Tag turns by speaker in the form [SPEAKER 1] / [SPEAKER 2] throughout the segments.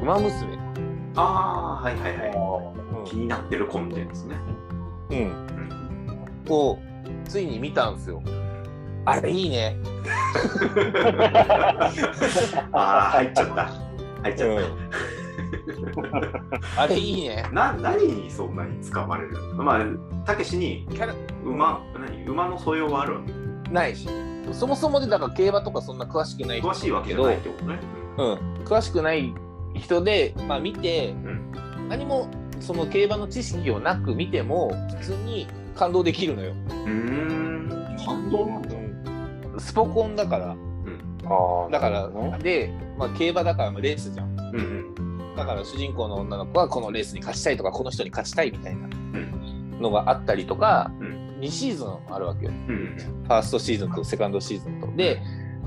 [SPEAKER 1] ウマ娘。
[SPEAKER 2] ああ、はいはいはい。気
[SPEAKER 1] う
[SPEAKER 2] になってるコンテンツね。
[SPEAKER 1] ん。うん。こう、ついに見たんすよ。あれ、いいね。
[SPEAKER 2] ああ、入っちゃった。入っちゃっ
[SPEAKER 1] あれ、いいね
[SPEAKER 2] た。。な何にそんなに掴まれるのまあ、たけしに
[SPEAKER 1] キャラ
[SPEAKER 2] 馬、何馬の素養はあるわけ
[SPEAKER 1] ないし。そもそもで、だから競馬とかそんな詳しくない人
[SPEAKER 2] 詳しいわけじゃないってことね。
[SPEAKER 1] うん、詳しくない人で、まあ、見て、
[SPEAKER 2] ん
[SPEAKER 1] 何もその競馬の知識をなく見ても普通に感動できるのよ。
[SPEAKER 2] うーん。感動なんだ。
[SPEAKER 1] スポコンだから
[SPEAKER 3] ああ
[SPEAKER 1] だから、
[SPEAKER 3] ね、
[SPEAKER 1] で、まあ、競馬だからまあレースじゃん
[SPEAKER 2] うんうん。
[SPEAKER 1] だから主人公の女の子はこのレースに勝ちたいとかこの人に勝ちたいみたいなんのがあったりとか、
[SPEAKER 2] う
[SPEAKER 1] 2シーズンあるわけよ
[SPEAKER 2] うん
[SPEAKER 1] ファーストシーズンとセカンドシーズンと。で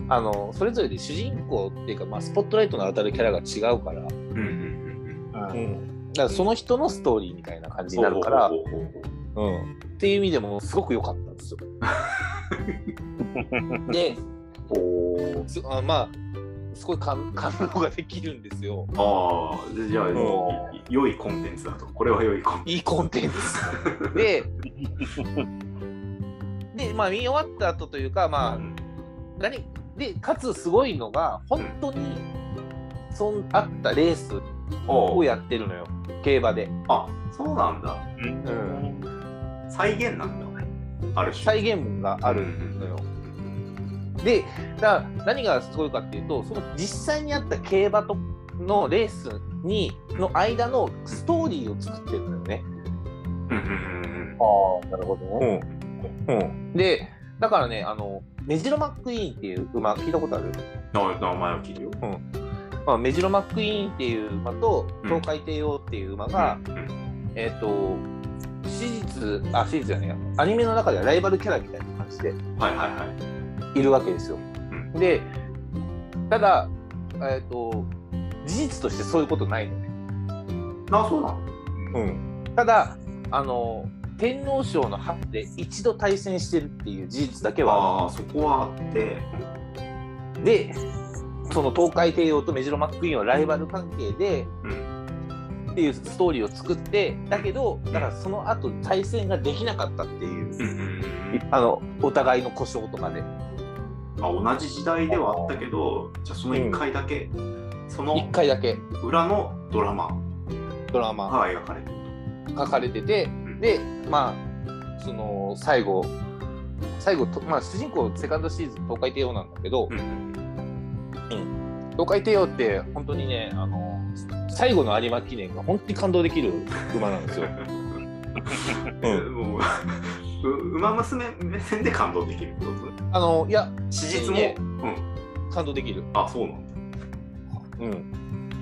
[SPEAKER 1] あのそれぞれで主人公っていうか、まあ、スポットライトの当たるキャラが違うから、
[SPEAKER 2] うんうんうん
[SPEAKER 3] うん
[SPEAKER 1] だからその人のストーリーみたいな感
[SPEAKER 2] うん。
[SPEAKER 1] じになるから
[SPEAKER 2] ほうほうほうほ
[SPEAKER 1] う
[SPEAKER 2] う
[SPEAKER 1] ん、っていう意味でもすごく良かったんです よ。で
[SPEAKER 2] ほ
[SPEAKER 1] すあまあすごい感 感動ができるんですよ。
[SPEAKER 2] うああ、じゃあ、
[SPEAKER 1] ん
[SPEAKER 2] い良いコンテンツだと。これは良いコンテン
[SPEAKER 1] いいコンテンツ。で で、まあ、見終わった後というか、まあ
[SPEAKER 2] ツ。
[SPEAKER 1] 何でかつすごいのが本当にそんあったレース
[SPEAKER 2] お
[SPEAKER 1] を
[SPEAKER 2] う
[SPEAKER 1] やってるのよ競馬で。
[SPEAKER 2] あ、そうなんだ。再現なんだ。ある種。
[SPEAKER 1] 再現文があるのよ。でだから何がすごいかっていうとその実際にあった競馬とのレースにの間のストーリーを作ってるのよね。
[SPEAKER 2] うんうんうん
[SPEAKER 3] ああ、なるほどね。
[SPEAKER 1] んうん、でだからねあのメジロマックイーンっていう馬聞いたことある、
[SPEAKER 2] うん。な名前を聞いるよ。
[SPEAKER 1] まあ、メジロマックイーンっていう馬と
[SPEAKER 2] うん
[SPEAKER 1] 東海帝王っていう馬が、
[SPEAKER 2] うんうん
[SPEAKER 1] えっ、と史実あ史実じゃねえやアニメの中ではライバルキャラみたいな感じで
[SPEAKER 2] はいはいはい。
[SPEAKER 1] いるわけですよ。
[SPEAKER 2] ん
[SPEAKER 1] でただ、えっと事実としてそういうことないのね。
[SPEAKER 2] あ、そうなの
[SPEAKER 1] ただあの天皇賞の初で一度対戦してるっていう事実だけは
[SPEAKER 2] ああ、そこはあって。
[SPEAKER 1] でその東海帝王とメジロマックイーンはライバル関係で
[SPEAKER 2] うん。
[SPEAKER 1] っていうストーリーを作ってだけどだからその後対戦ができなかったっていう
[SPEAKER 2] うんうんうん
[SPEAKER 1] あのお互いの故障とかで
[SPEAKER 2] あ、同じ時代ではあったけど、じゃあその1回だけ、その
[SPEAKER 1] 1回だけ
[SPEAKER 2] 裏のドラマ
[SPEAKER 1] ドラマ
[SPEAKER 2] が描かれてる
[SPEAKER 1] 書かれてて
[SPEAKER 2] ん
[SPEAKER 1] でまあその最後最後と、まあ、主人公セカンドシーズン東海帝王なんだけど、
[SPEAKER 2] と。うん。
[SPEAKER 1] 東海帝王って本当にねあの最後の有馬記念が本当に感動できる馬なん ですよ。
[SPEAKER 2] うん、もうう、 馬娘目線で感動できるってこと
[SPEAKER 1] あのいや
[SPEAKER 2] 史実も、
[SPEAKER 1] ね
[SPEAKER 2] うん。
[SPEAKER 1] 感動できる。
[SPEAKER 2] あ、そうなんだ。
[SPEAKER 1] う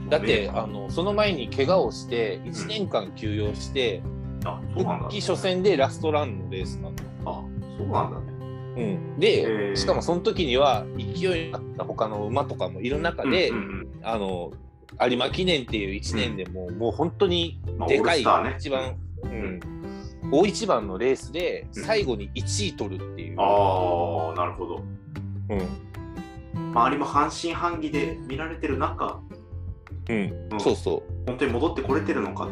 [SPEAKER 1] ん、だって
[SPEAKER 2] ね
[SPEAKER 1] あのその前に怪我をして1年間休養して、
[SPEAKER 2] あ、そうなんだ
[SPEAKER 1] 復。帰初戦でラストランのレースなの。
[SPEAKER 2] あ、そうなんだね。
[SPEAKER 1] うん、
[SPEAKER 2] へ
[SPEAKER 1] で
[SPEAKER 2] ー
[SPEAKER 1] しかもその時には勢いのあった他の馬とかもいる中で、
[SPEAKER 2] うんうん
[SPEAKER 1] あの有馬記念っていう1年でもう,、もう本当に
[SPEAKER 2] うんまあ、
[SPEAKER 1] でかい
[SPEAKER 2] オールスターね
[SPEAKER 1] 一番、うん大一番のレースで最後に1位取るっていう、
[SPEAKER 2] ああ、なるほど。
[SPEAKER 1] うん
[SPEAKER 2] 周りも半信半疑で見られてる中、
[SPEAKER 1] うん
[SPEAKER 2] うん
[SPEAKER 1] そうそう
[SPEAKER 2] 本当に戻ってこれてるのかと。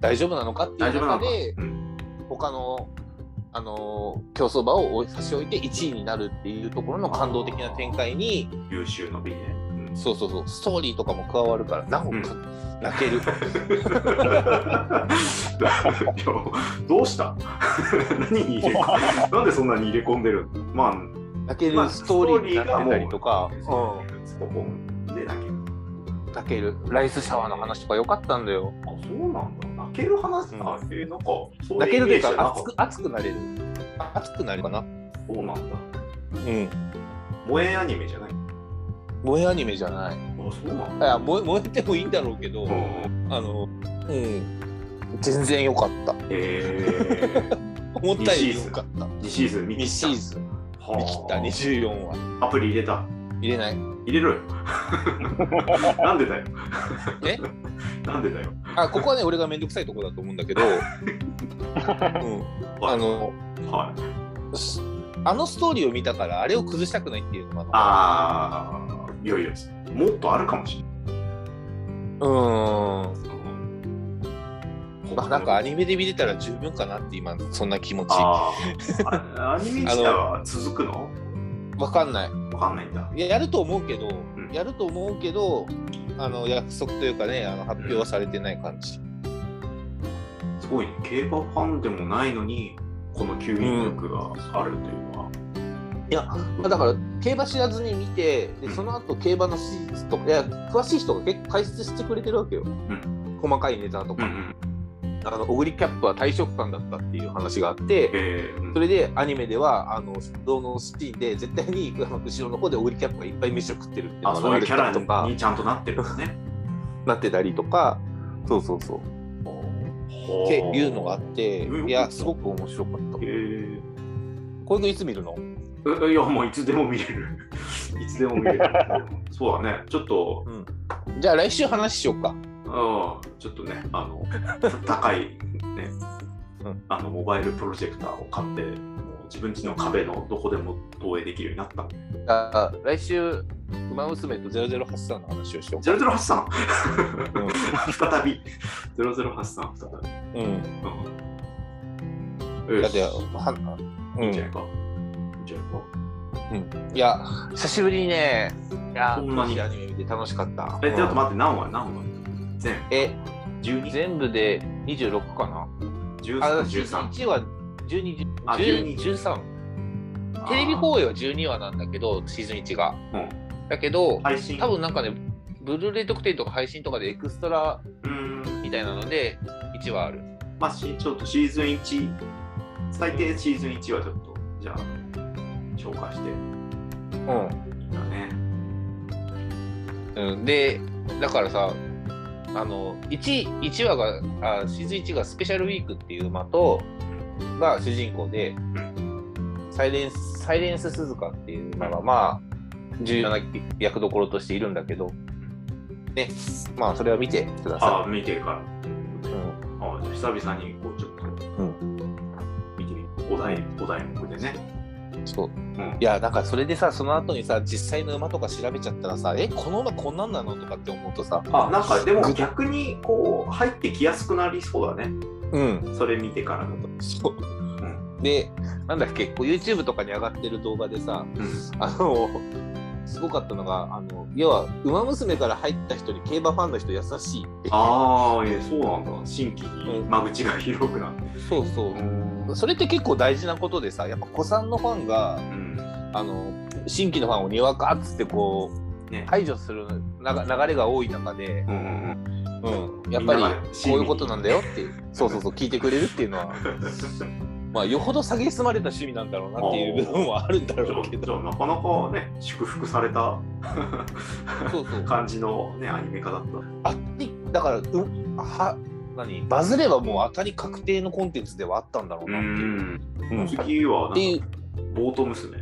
[SPEAKER 1] 大丈夫なのかってい
[SPEAKER 2] 大
[SPEAKER 1] う
[SPEAKER 2] 丈夫な
[SPEAKER 1] 中
[SPEAKER 2] のか。
[SPEAKER 1] で
[SPEAKER 2] うん
[SPEAKER 1] 他の、あのー競走馬を差し置いて1位になるっていうところの感動的な展開に
[SPEAKER 2] 優秀の美 ね。 うん
[SPEAKER 1] そうそうそうストーリーとかも加わるからなおか
[SPEAKER 2] うん
[SPEAKER 1] 泣ける
[SPEAKER 2] いやどうした 何に入れ込んなんでそんなに入れ込んでるまあ、
[SPEAKER 1] 泣け
[SPEAKER 2] まあ
[SPEAKER 1] るストーリーになってたりとか、
[SPEAKER 2] スポコンで泣ける。
[SPEAKER 1] うん泣けるライスシャワーの話とか良かったんだよ
[SPEAKER 2] あ、そうなんだ。泣ける話だ。
[SPEAKER 1] う
[SPEAKER 2] えーなんか、そう
[SPEAKER 1] 泣けると
[SPEAKER 2] イメ
[SPEAKER 1] いう
[SPEAKER 2] ージじゃな
[SPEAKER 1] か
[SPEAKER 2] か
[SPEAKER 1] 熱
[SPEAKER 2] っ
[SPEAKER 1] く熱くなれる熱くなるかな
[SPEAKER 2] たそうなんだ。
[SPEAKER 1] うん
[SPEAKER 2] 萌えアニメじゃない。あ、
[SPEAKER 1] 萌えアニメじゃない
[SPEAKER 2] そうなん
[SPEAKER 1] い
[SPEAKER 2] だ。
[SPEAKER 1] や燃え燃えてもいいんだろうけど、
[SPEAKER 2] うん
[SPEAKER 1] あのうん全然良かった
[SPEAKER 2] え ー、
[SPEAKER 1] 思ったより良かった
[SPEAKER 2] 2シーズン見切
[SPEAKER 1] 2
[SPEAKER 2] った。
[SPEAKER 1] シーズン
[SPEAKER 2] はあ
[SPEAKER 1] 見切った24話
[SPEAKER 2] アプリ入れた。
[SPEAKER 1] 入れない
[SPEAKER 2] 入れ ろよ。なんでだよ。
[SPEAKER 1] え
[SPEAKER 2] なんでだよ。
[SPEAKER 1] あここはね俺が面倒くさいとこだと思うんだけど、うん、あの
[SPEAKER 2] はい。
[SPEAKER 1] すあのストーリーを見たからあれを崩したくないっていうのが
[SPEAKER 2] ああ、いやいや、もっとあるかもしれ
[SPEAKER 1] うん
[SPEAKER 2] うん
[SPEAKER 1] まあなんかアニメで見れたら十分かなって今そんな気持ちわ
[SPEAKER 2] あーあアニメ自体は続くの
[SPEAKER 1] かんない
[SPEAKER 2] わかんないんだ。
[SPEAKER 1] いややると思うけど、
[SPEAKER 2] ん
[SPEAKER 1] やると思うけどあの約束というかねあの発表はされてない感じ、
[SPEAKER 2] すごいね。競馬ファンでもないのに、この吸引力があるというのは。
[SPEAKER 1] まあ、だから競馬知らずに見てでその後競馬の史実とかいや詳しい人が結構解説してくれてるわけよ、細かいネタと
[SPEAKER 2] う
[SPEAKER 1] か、
[SPEAKER 2] んうん。
[SPEAKER 1] あのオグリキャップは大食漢だったっていう話があって、
[SPEAKER 2] えーうん
[SPEAKER 1] それでアニメではあの出動のシーンで絶対にあの後ろの方でオグリキャップがいっぱい飯を食ってるって
[SPEAKER 2] あそういうキャラ
[SPEAKER 1] とか
[SPEAKER 2] にちゃんとなってるんですね。
[SPEAKER 1] なってたりとかそうそうそうっていうのがあって
[SPEAKER 2] うん
[SPEAKER 1] いやすごく面白かった
[SPEAKER 2] えー
[SPEAKER 1] こういうのいつ見るの
[SPEAKER 2] えいやもういつでも見れるいつでも見 れるそうだねちょっと
[SPEAKER 1] じゃあ来週話しようか
[SPEAKER 2] うんちょっとねあの高いね、
[SPEAKER 1] うん
[SPEAKER 2] あのモバイルプロジェクターを買ってもう自分家の壁のどこでも投影できるようになった
[SPEAKER 1] あ来週「ウマ娘」と008さんの話をしようか、
[SPEAKER 2] 008さん
[SPEAKER 1] うん
[SPEAKER 2] 再び008さん再び
[SPEAKER 1] うん、
[SPEAKER 2] うんよ
[SPEAKER 1] だって
[SPEAKER 2] し
[SPEAKER 1] は、う、
[SPEAKER 2] いいんじゃなんいかいいんじゃないか
[SPEAKER 1] いや久しぶりにねいや
[SPEAKER 2] ほんまに
[SPEAKER 1] アニメ見て楽しかった
[SPEAKER 2] えちょっ
[SPEAKER 1] う
[SPEAKER 2] と
[SPEAKER 1] ん
[SPEAKER 2] 待って何話何話全
[SPEAKER 1] え
[SPEAKER 2] 12
[SPEAKER 1] 全部で26かなあ、
[SPEAKER 2] 13
[SPEAKER 1] 1は12、
[SPEAKER 2] あ
[SPEAKER 1] 12
[SPEAKER 2] 12
[SPEAKER 1] 13。テレビ放映は12話なんだけど、シーズン1が。
[SPEAKER 2] うん
[SPEAKER 1] だけど、
[SPEAKER 2] 配信
[SPEAKER 1] 多分なんかね、ブルーレイ特典とか配信とかでエクストラ
[SPEAKER 2] うん
[SPEAKER 1] みたいなので、1話ある。
[SPEAKER 2] まあ、しちょっとシーズン1、最低シーズン1はちょっと、じゃあ、紹介して
[SPEAKER 1] う
[SPEAKER 2] だね。
[SPEAKER 1] ん。で、だからさ、あの、1、1話が、あシーズン1がスペシャルウィークっていう馬と、が主人公で、サイレンス、サイレンス鈴鹿っていう馬が、まあ、重要な役どころとしているんだけど、ね、まあ、それは見てください。
[SPEAKER 2] ああ、見てるから。
[SPEAKER 1] う
[SPEAKER 2] ああ、じゃあ久々に、こう、ちょっと、
[SPEAKER 1] う
[SPEAKER 2] 見てみお題、お題目でね。
[SPEAKER 1] ん、そう
[SPEAKER 2] うん
[SPEAKER 1] い。やなんかそれでさその後にさ実際の馬とか調べちゃったらさえこの馬こんなんなのとかって思うとさ
[SPEAKER 2] あ、なんか、でも逆に、こう、入ってきやすくなりそうだね。
[SPEAKER 1] うん
[SPEAKER 2] それ見てからだと。
[SPEAKER 1] そう、
[SPEAKER 2] ん
[SPEAKER 1] でなんだっけこう YouTube とかに上がってる動画でさ
[SPEAKER 2] うん。
[SPEAKER 1] あのすごかったのがあの要は「ウマ娘」から入った人に競馬ファンの人優しいって
[SPEAKER 2] ああ、えそうなんだ。新規に間口が広くなって。。
[SPEAKER 1] そうそううんそれって結構大事なことでさやっぱ子さんのファンが
[SPEAKER 2] うん
[SPEAKER 1] あの新規のファンをにわかっつってこう、
[SPEAKER 2] ね
[SPEAKER 1] 排除するなが流れが多い中で、
[SPEAKER 2] うんうん
[SPEAKER 1] やっぱり
[SPEAKER 2] みんなが
[SPEAKER 1] こういうことなんだよっていうそうそうそう聞いてくれるっていうのは
[SPEAKER 2] うん。
[SPEAKER 1] まあよほど蔑まれた趣味なんだろうなっていう部分はあるんだ
[SPEAKER 2] じゃ
[SPEAKER 1] ろ
[SPEAKER 2] あ
[SPEAKER 1] うけ
[SPEAKER 2] じゃ
[SPEAKER 1] ど
[SPEAKER 2] あなかなかね祝福された
[SPEAKER 1] そうそう
[SPEAKER 2] 感じのねアニメ化だった。
[SPEAKER 1] あってだからうは何バズればもう当たり確定のコンテンツではあったんだろうなっていう。うんっ
[SPEAKER 2] 次はなん
[SPEAKER 1] ていう
[SPEAKER 2] かボート娘。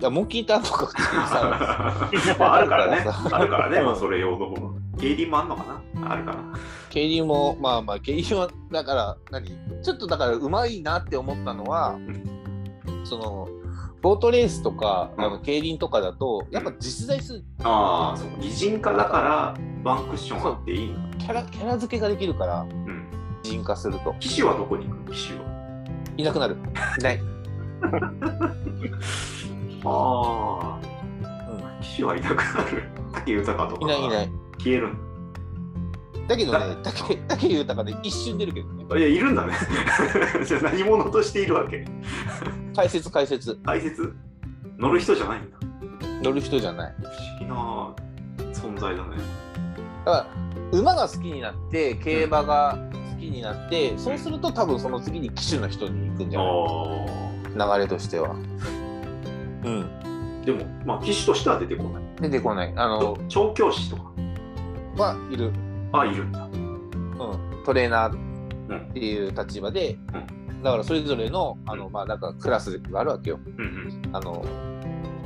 [SPEAKER 1] いやモンキーターンとかっていうさ
[SPEAKER 2] まあ、あるからね。
[SPEAKER 1] さ
[SPEAKER 2] あるからね。
[SPEAKER 1] うん
[SPEAKER 2] まあそれ用のもの。競輪もあんのかな。あるかな。
[SPEAKER 1] 競輪もまあまあ競輪はだから何ちょっとだからうまいなって思ったのはそのボートレースとか、あの競輪とかだとやっぱ実在する
[SPEAKER 2] ああ、そう擬人化だからワンクッションあっていいの。
[SPEAKER 1] キャラキャラ付けができるから
[SPEAKER 2] うん。
[SPEAKER 1] 人化すると
[SPEAKER 2] 騎手はどこに行く？騎手は。
[SPEAKER 1] いなくなる。いない。
[SPEAKER 2] ああ。騎手はいなくなる。武豊とか
[SPEAKER 1] いないいない。
[SPEAKER 2] 消えるんだ。
[SPEAKER 1] だけどね
[SPEAKER 2] だ、
[SPEAKER 1] 竹竹豊ね、一瞬出るけどね。
[SPEAKER 2] いやいるんだね。 じゃあ何者としているわけ。
[SPEAKER 1] 解説解説。
[SPEAKER 2] 解説乗る人じゃないんだ。
[SPEAKER 1] 乗る人じゃない。
[SPEAKER 2] 不思議な存在だね。
[SPEAKER 1] だから、馬が好きになって、競馬が好きになって、そうすると多分その次に騎手の人に行くんじゃない
[SPEAKER 2] あ
[SPEAKER 1] 流れとしては。うん。
[SPEAKER 2] あ。でも、まあ、騎手としては出てこない。
[SPEAKER 1] 出てこない。あの、
[SPEAKER 2] 調教師とか
[SPEAKER 1] はいる。
[SPEAKER 2] はあいるんだ。
[SPEAKER 1] うん。トレーナー
[SPEAKER 2] うん
[SPEAKER 1] っ。ていう立場で、だからそれぞれの、あの、まあ、なんかクラスがあるわけよ。
[SPEAKER 2] うん
[SPEAKER 1] あの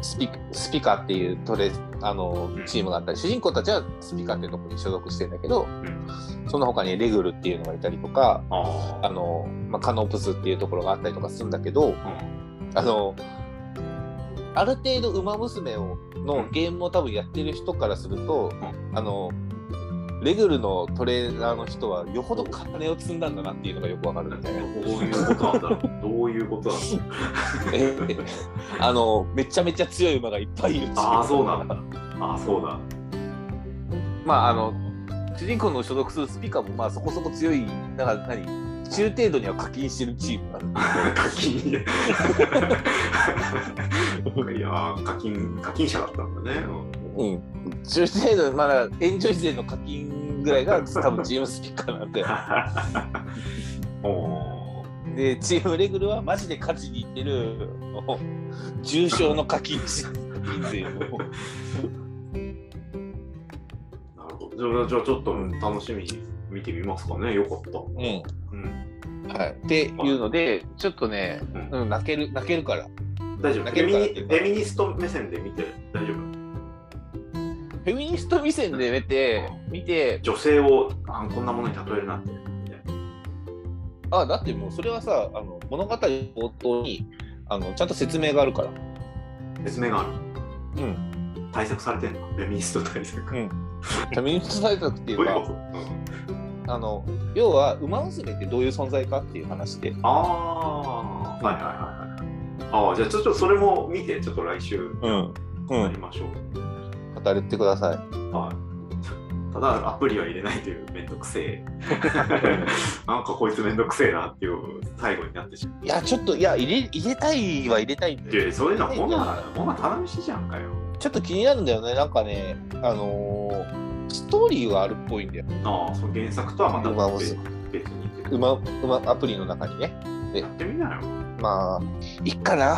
[SPEAKER 1] スピスピカっていうトレあの
[SPEAKER 2] うん
[SPEAKER 1] チームがあったり主人公たちはスピカっていうところに所属してるんだけど
[SPEAKER 2] うん。うん、
[SPEAKER 1] その他にレグルっていうのがいたりとか
[SPEAKER 2] あ
[SPEAKER 1] あの、まあ、カノプスっていうところがあったりとかするんだけど
[SPEAKER 2] あ。
[SPEAKER 1] あのある程度「ウマ娘を」のゲームを多分やってる人からすると、あのレグルのトレーナーの人はよほど金を積んだんだなっていうのがよくわかるみたいな。
[SPEAKER 2] どういうことなん だろう。どういうことなんだろう。
[SPEAKER 1] ええあのめちゃめちゃ強い馬がいっぱいいる
[SPEAKER 2] ああ、そうなんだ。ああ、そうだ。
[SPEAKER 1] まああの主人公の所属するスピカもまあそこそこ強いだから何中程度には課金してるチームがある
[SPEAKER 2] 課金いや ー課金課金者だったん だね、
[SPEAKER 1] うん、中程度、まあ、エンジョイ税の課金ぐらいが多分チームスピッカーなんで
[SPEAKER 2] うん、お
[SPEAKER 1] でチームレグルはマジで勝ちにいってるお重症の課金し課金税を
[SPEAKER 2] ーなるほどじゃあじゃあちょっと楽しみに見てみますかねよかった、
[SPEAKER 1] うん
[SPEAKER 2] うん、
[SPEAKER 1] はい、っていうのでちょっとね、うん、泣ける泣けるから
[SPEAKER 2] 大丈
[SPEAKER 1] 泣
[SPEAKER 2] 夫
[SPEAKER 1] け
[SPEAKER 2] エ
[SPEAKER 1] る
[SPEAKER 2] ミ
[SPEAKER 1] から
[SPEAKER 2] ニエミニスト目線で見て大丈夫
[SPEAKER 1] フェミニスト目線で見て見て
[SPEAKER 2] 女性をあこんなものに例えるなんて
[SPEAKER 1] あだってもうそれはさあの物語冒頭にあのちゃんと説明があるから
[SPEAKER 2] 説明がある
[SPEAKER 1] うん
[SPEAKER 2] 対策されてんのフェミニスト対策、
[SPEAKER 1] うんフェミニスト対策ってい
[SPEAKER 2] どう
[SPEAKER 1] う
[SPEAKER 2] いう
[SPEAKER 1] か
[SPEAKER 2] こと、うん
[SPEAKER 1] あの要は馬娘ってどういう存在かっていう話で
[SPEAKER 2] ああはいはいはいはいああじゃあちょっとそれも見てちょっと来週
[SPEAKER 1] うん
[SPEAKER 2] やりましょう、
[SPEAKER 1] 語れてください。
[SPEAKER 2] はい。ただアプリは入れないというめんどくせ え。なんかこいつめんどくせえなっていう最後になってしま
[SPEAKER 1] いや、ちょっと、いや、入れ、入れたいは入れたいん
[SPEAKER 2] う。
[SPEAKER 1] で、
[SPEAKER 2] で、そういうのはほんな、ほんな頼みしじゃんかよ。
[SPEAKER 1] ちょっと気になるんだよね。なんかね、あのーストーリーはあるっぽいんだよ。
[SPEAKER 2] ああ、その原作とはまた
[SPEAKER 1] 馬
[SPEAKER 2] 別
[SPEAKER 1] 娘
[SPEAKER 2] 別にって
[SPEAKER 1] 馬、馬、アプリの中にね。
[SPEAKER 2] やってみなよ。
[SPEAKER 1] まあ、いっかな。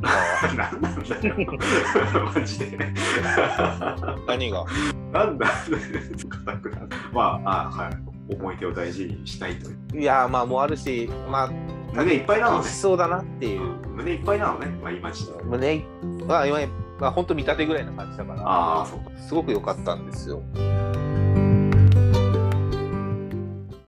[SPEAKER 1] ま あ
[SPEAKER 2] 何なんだよ。マジで。
[SPEAKER 1] 何 が。
[SPEAKER 2] なんだ。 硬くなるまあ、あはい。思い出を大事にしたいという。
[SPEAKER 1] いや、まあ、もうあるし、ま
[SPEAKER 2] 胸いっぱいな
[SPEAKER 1] あ、
[SPEAKER 2] の
[SPEAKER 1] 楽
[SPEAKER 2] ね
[SPEAKER 1] し。そうだなっていう。
[SPEAKER 2] 胸いっぱいなのね。まあ、今時代。
[SPEAKER 1] 胸、まあ、今、まあ、本当見立てぐらいな感じだから、
[SPEAKER 2] ああ、そうか。
[SPEAKER 1] すごく良かったんですよ。
[SPEAKER 2] はい